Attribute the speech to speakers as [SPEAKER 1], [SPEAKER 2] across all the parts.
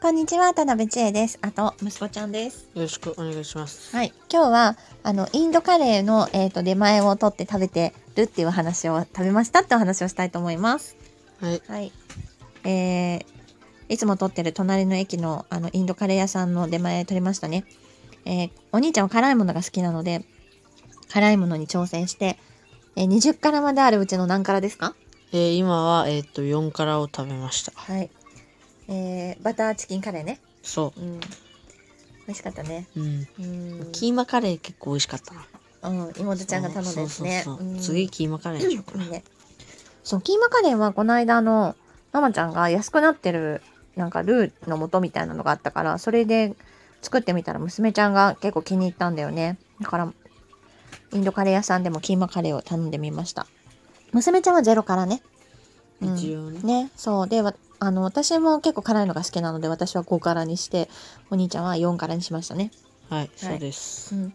[SPEAKER 1] こんにちは、田辺千恵です。あと、息子ちゃんです。
[SPEAKER 2] よろしくお願いします。
[SPEAKER 1] はい。今日は、あの、インドカレーの、えっ、と、出前を取って食べてるっていうお話を、食べましたってお話をしたいと思います。
[SPEAKER 2] はい。
[SPEAKER 1] はい。えー、いつも撮ってる隣の駅のあのインドカレー屋さんの出前取りましたね。えーお兄ちゃんは辛いものが好きなので、辛いものに挑戦して、えー20辛まであるうちの何辛ですか
[SPEAKER 2] えー今は、えーっと、4辛を食べました。
[SPEAKER 1] はい。えーバターチキンカレーね。
[SPEAKER 2] そ
[SPEAKER 1] うん。美味しかったね。
[SPEAKER 2] う。うん。
[SPEAKER 1] うん。
[SPEAKER 2] キーマカレー結構美味しかったな。
[SPEAKER 1] うん、妹ちゃんが頼んでですね。
[SPEAKER 2] そうそうそう
[SPEAKER 1] うん
[SPEAKER 2] 次、キーマカレーにしようかな。
[SPEAKER 1] ね。 そう、キーマカレーはこの間あの、ママちゃんが安くなってる、なんかルーの素みたいなのがあったから、それで作ってみたら娘ちゃんが結構気に入ったんだよね。だから、インドカレー屋さんでもキーマカレーを頼んでみました。娘ちゃんはゼロからね。うん
[SPEAKER 2] 一応ね。
[SPEAKER 1] ね、そう。で、わあの、私も結構辛いのが好きなので、私は5からにして、お兄ちゃんは4からにしましたね。
[SPEAKER 2] はい、そうです。
[SPEAKER 1] ん。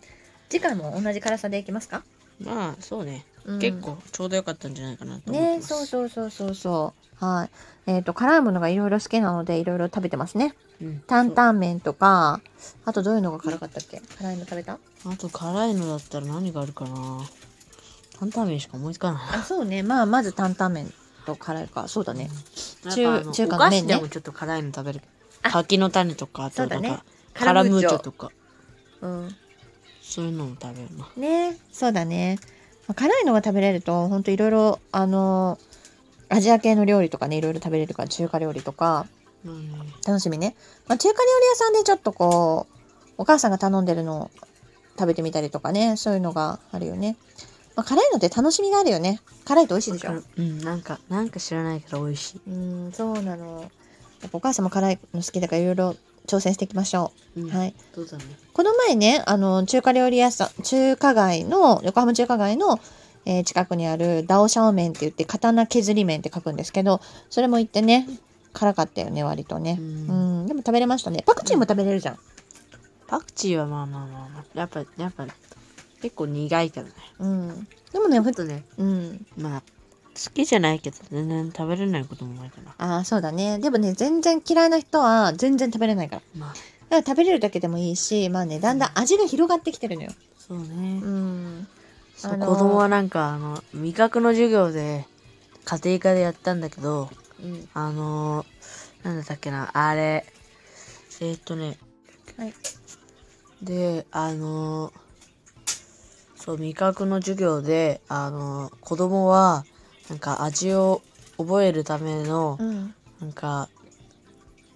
[SPEAKER 1] 次回も同じ辛さでいきますか、
[SPEAKER 2] まあ、そうね。
[SPEAKER 1] うん
[SPEAKER 2] 結構、ちょうどよかったんじゃないかなと思って
[SPEAKER 1] ね
[SPEAKER 2] ます。
[SPEAKER 1] そうそうそうそうそうはいえっ、と辛いものがいろいろ好きなのでいろいろ食べてますね
[SPEAKER 2] うん。
[SPEAKER 1] 担々麺とかあとどういうのが辛かったっけ辛いの食べた
[SPEAKER 2] そうあと、辛いのだったら何があるかな。担々麺しか思いつかない。
[SPEAKER 1] あそうねまあまず担々麺と辛いかそうだね中
[SPEAKER 2] やっぱあの
[SPEAKER 1] 中華の麺ね
[SPEAKER 2] お菓子でもちょっと辛いの食べる
[SPEAKER 1] あ
[SPEAKER 2] 柿の種とかあとなん
[SPEAKER 1] そうだね
[SPEAKER 2] かカラムーチョとか
[SPEAKER 1] うん
[SPEAKER 2] そういうのも食べるな
[SPEAKER 1] ねそうだねまあ辛いのが食べれるとほんといろいろあのアジア系の料理とかねいろいろ食べれるから中華料理とか
[SPEAKER 2] まあね
[SPEAKER 1] 楽しみね、まあ、中華料理屋さんでちょっとこうお母さんが頼んでるのを食べてみたりとかねそういうのがあるよね、まあ、辛いのって楽しみがあるよね辛いと美味しいでしょ
[SPEAKER 2] うんなんかなんか知らないから美味しい、
[SPEAKER 1] うんそうなのやっぱお母さんも辛いの好きだからいろいろ挑戦していきましょう、
[SPEAKER 2] い
[SPEAKER 1] はい
[SPEAKER 2] どうだね
[SPEAKER 1] この前ねあの中華料理屋さん中華街の横浜中華街の、えー近くにあるダオシャオ麺って言って刀削り麺って書くんですけどそれも行ってね辛かったよね割とね
[SPEAKER 2] うん
[SPEAKER 1] うんでも食べれましたねパクチーも食べれるじゃん
[SPEAKER 2] パクチーはまあまあまあ、まあ、やっぱやっぱ結構苦いけどね
[SPEAKER 1] うん。でもね、
[SPEAKER 2] ちょ
[SPEAKER 1] ふ
[SPEAKER 2] っとね
[SPEAKER 1] うん。
[SPEAKER 2] まあ好きじゃないけど全然食べれないこともないかな
[SPEAKER 1] ああ、そうだね。でもね、全然嫌いな人は全然食べれないから。
[SPEAKER 2] まあ
[SPEAKER 1] だから食べれるだけでもいいし、まあね、だんだん味が広がってきてるのよ。
[SPEAKER 2] そうね、
[SPEAKER 1] うん。
[SPEAKER 2] そう
[SPEAKER 1] あのー
[SPEAKER 2] 子供はなんかあの味覚の授業で家庭科でやったんだけど
[SPEAKER 1] うん。
[SPEAKER 2] あのー、なんだったっけな、あれ。えーっとね、
[SPEAKER 1] はい。
[SPEAKER 2] で、あのー、そう、味覚の授業で、あのー、子供は、なんか味を覚えるための
[SPEAKER 1] う、ん。
[SPEAKER 2] なんか、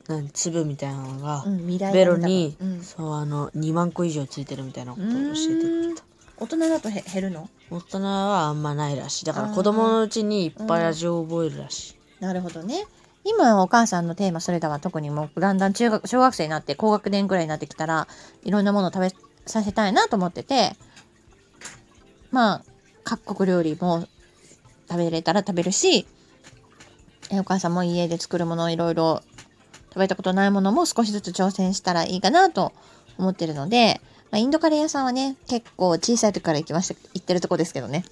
[SPEAKER 2] なん粒みたいなのが
[SPEAKER 1] う、ん、未来
[SPEAKER 2] ベロに
[SPEAKER 1] うん、。
[SPEAKER 2] そう、あの、2万個以上ついてるみたいなことを教えてく
[SPEAKER 1] う
[SPEAKER 2] れ
[SPEAKER 1] ん
[SPEAKER 2] た。
[SPEAKER 1] 大人だとへ減るの
[SPEAKER 2] 大人はあんまないらしい。だから
[SPEAKER 1] あー
[SPEAKER 2] 子供のうちにいっぱい味を覚えるらしい。
[SPEAKER 1] なるほどね。今お母さんのテーマそれだわ特にもうだんだん中学小学生になって高学年ぐらいになってきたらいろんなものを食べさせたいなと思っててまあ各国料理も食べれたら食べるしえお母さんも家で作るものいろいろ食べたことないものも少しずつ挑戦したらいいかなと思ってるので、まあ、インドカレー屋さんはね結構小さい時から行きました行ってるとこですけどね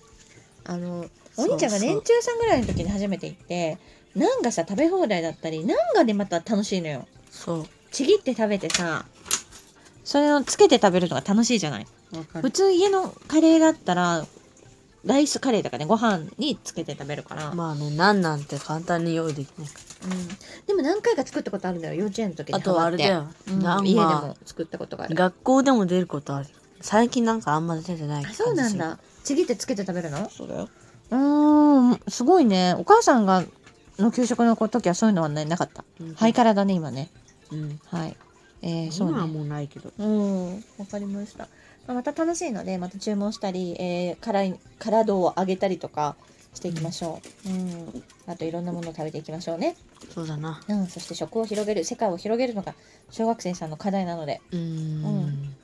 [SPEAKER 1] あのお兄ちゃんが
[SPEAKER 2] そうそう
[SPEAKER 1] 年中さんぐらいの時に初めて行ってなんかさ食べ放題だったりなんかでまた楽しいのよ
[SPEAKER 2] そ。
[SPEAKER 1] ちぎって食べてさそれをつけて食べるのが楽しいじゃないう
[SPEAKER 2] わか
[SPEAKER 1] 普。通家のカレーだったらライスカレーとかねご飯につけて食べるから、
[SPEAKER 2] まあね、なんなんて簡単に用意できないから。
[SPEAKER 1] うん、でも何回か作ったことあるんだよ幼稚園の時に
[SPEAKER 2] あとあれだよ、
[SPEAKER 1] うん
[SPEAKER 2] なんか
[SPEAKER 1] 家でも作ったことがある
[SPEAKER 2] 学校でも出ることある最近なんかあんま出てない
[SPEAKER 1] あそうなんだちぎってつけて食べるの
[SPEAKER 2] そうだよ
[SPEAKER 1] うーんすごいねお母さんがの給食の時はそういうのはねなかったハイカラだね今ね
[SPEAKER 2] うん
[SPEAKER 1] はいえー、そう
[SPEAKER 2] 今は
[SPEAKER 1] ね
[SPEAKER 2] もうないけど
[SPEAKER 1] うん、わかりました。まあまた楽しいので、また注文したり、えー、辛い、辛度を上げたりとかしていきましょう。うん。あといろんなものを食べていきましょうね。
[SPEAKER 2] そうだな
[SPEAKER 1] うん。そして食を広げる、世界を広げるのが小学生さんの課題なので。
[SPEAKER 2] うーん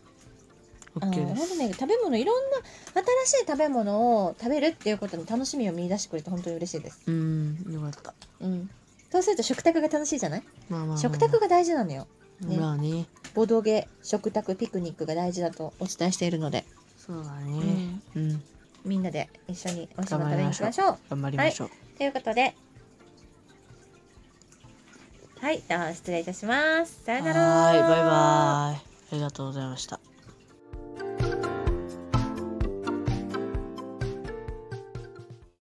[SPEAKER 1] うあ
[SPEAKER 2] OK
[SPEAKER 1] の
[SPEAKER 2] で
[SPEAKER 1] 本
[SPEAKER 2] す
[SPEAKER 1] 当ね、食べ物、いろんな新しい食べ物を食べるっていうことに楽しみを見出してくれて本当に嬉しいです。
[SPEAKER 2] うーんよかった
[SPEAKER 1] うん。そうすると食卓が楽しいじゃない
[SPEAKER 2] まあまあまあ
[SPEAKER 1] 食卓が大事なのよ。ね
[SPEAKER 2] まあね
[SPEAKER 1] ボドゲ、食卓、ピクニックが大事だとお伝えしているので。
[SPEAKER 2] そうだ
[SPEAKER 1] う
[SPEAKER 2] ね
[SPEAKER 1] ん。
[SPEAKER 2] うん
[SPEAKER 1] みんなで一緒においしいもの食べに行きましょう。
[SPEAKER 2] 頑張りましょう
[SPEAKER 1] ということではい、では失礼いたします。さよなら。
[SPEAKER 2] はーい、バイバイ。ありがとうございました。